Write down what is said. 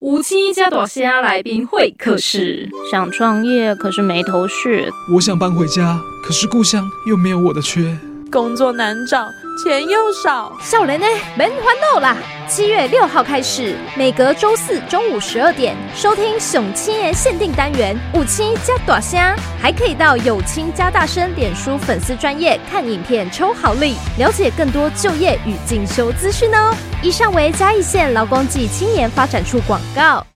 有星加大声来宾会客室，想创业可是没头绪，我想搬回家，可是故乡又没有我的缺。工作难找，钱又少，少年呢，免烦恼啦！七月六号开始，每隔周四中午十二点收听熊青年限定单元“五七加短虾”，还可以到有青加大声脸书粉丝专业看影片抽好礼，了解更多就业与进修资讯哦。以上为嘉义县劳工暨青年发展处广告。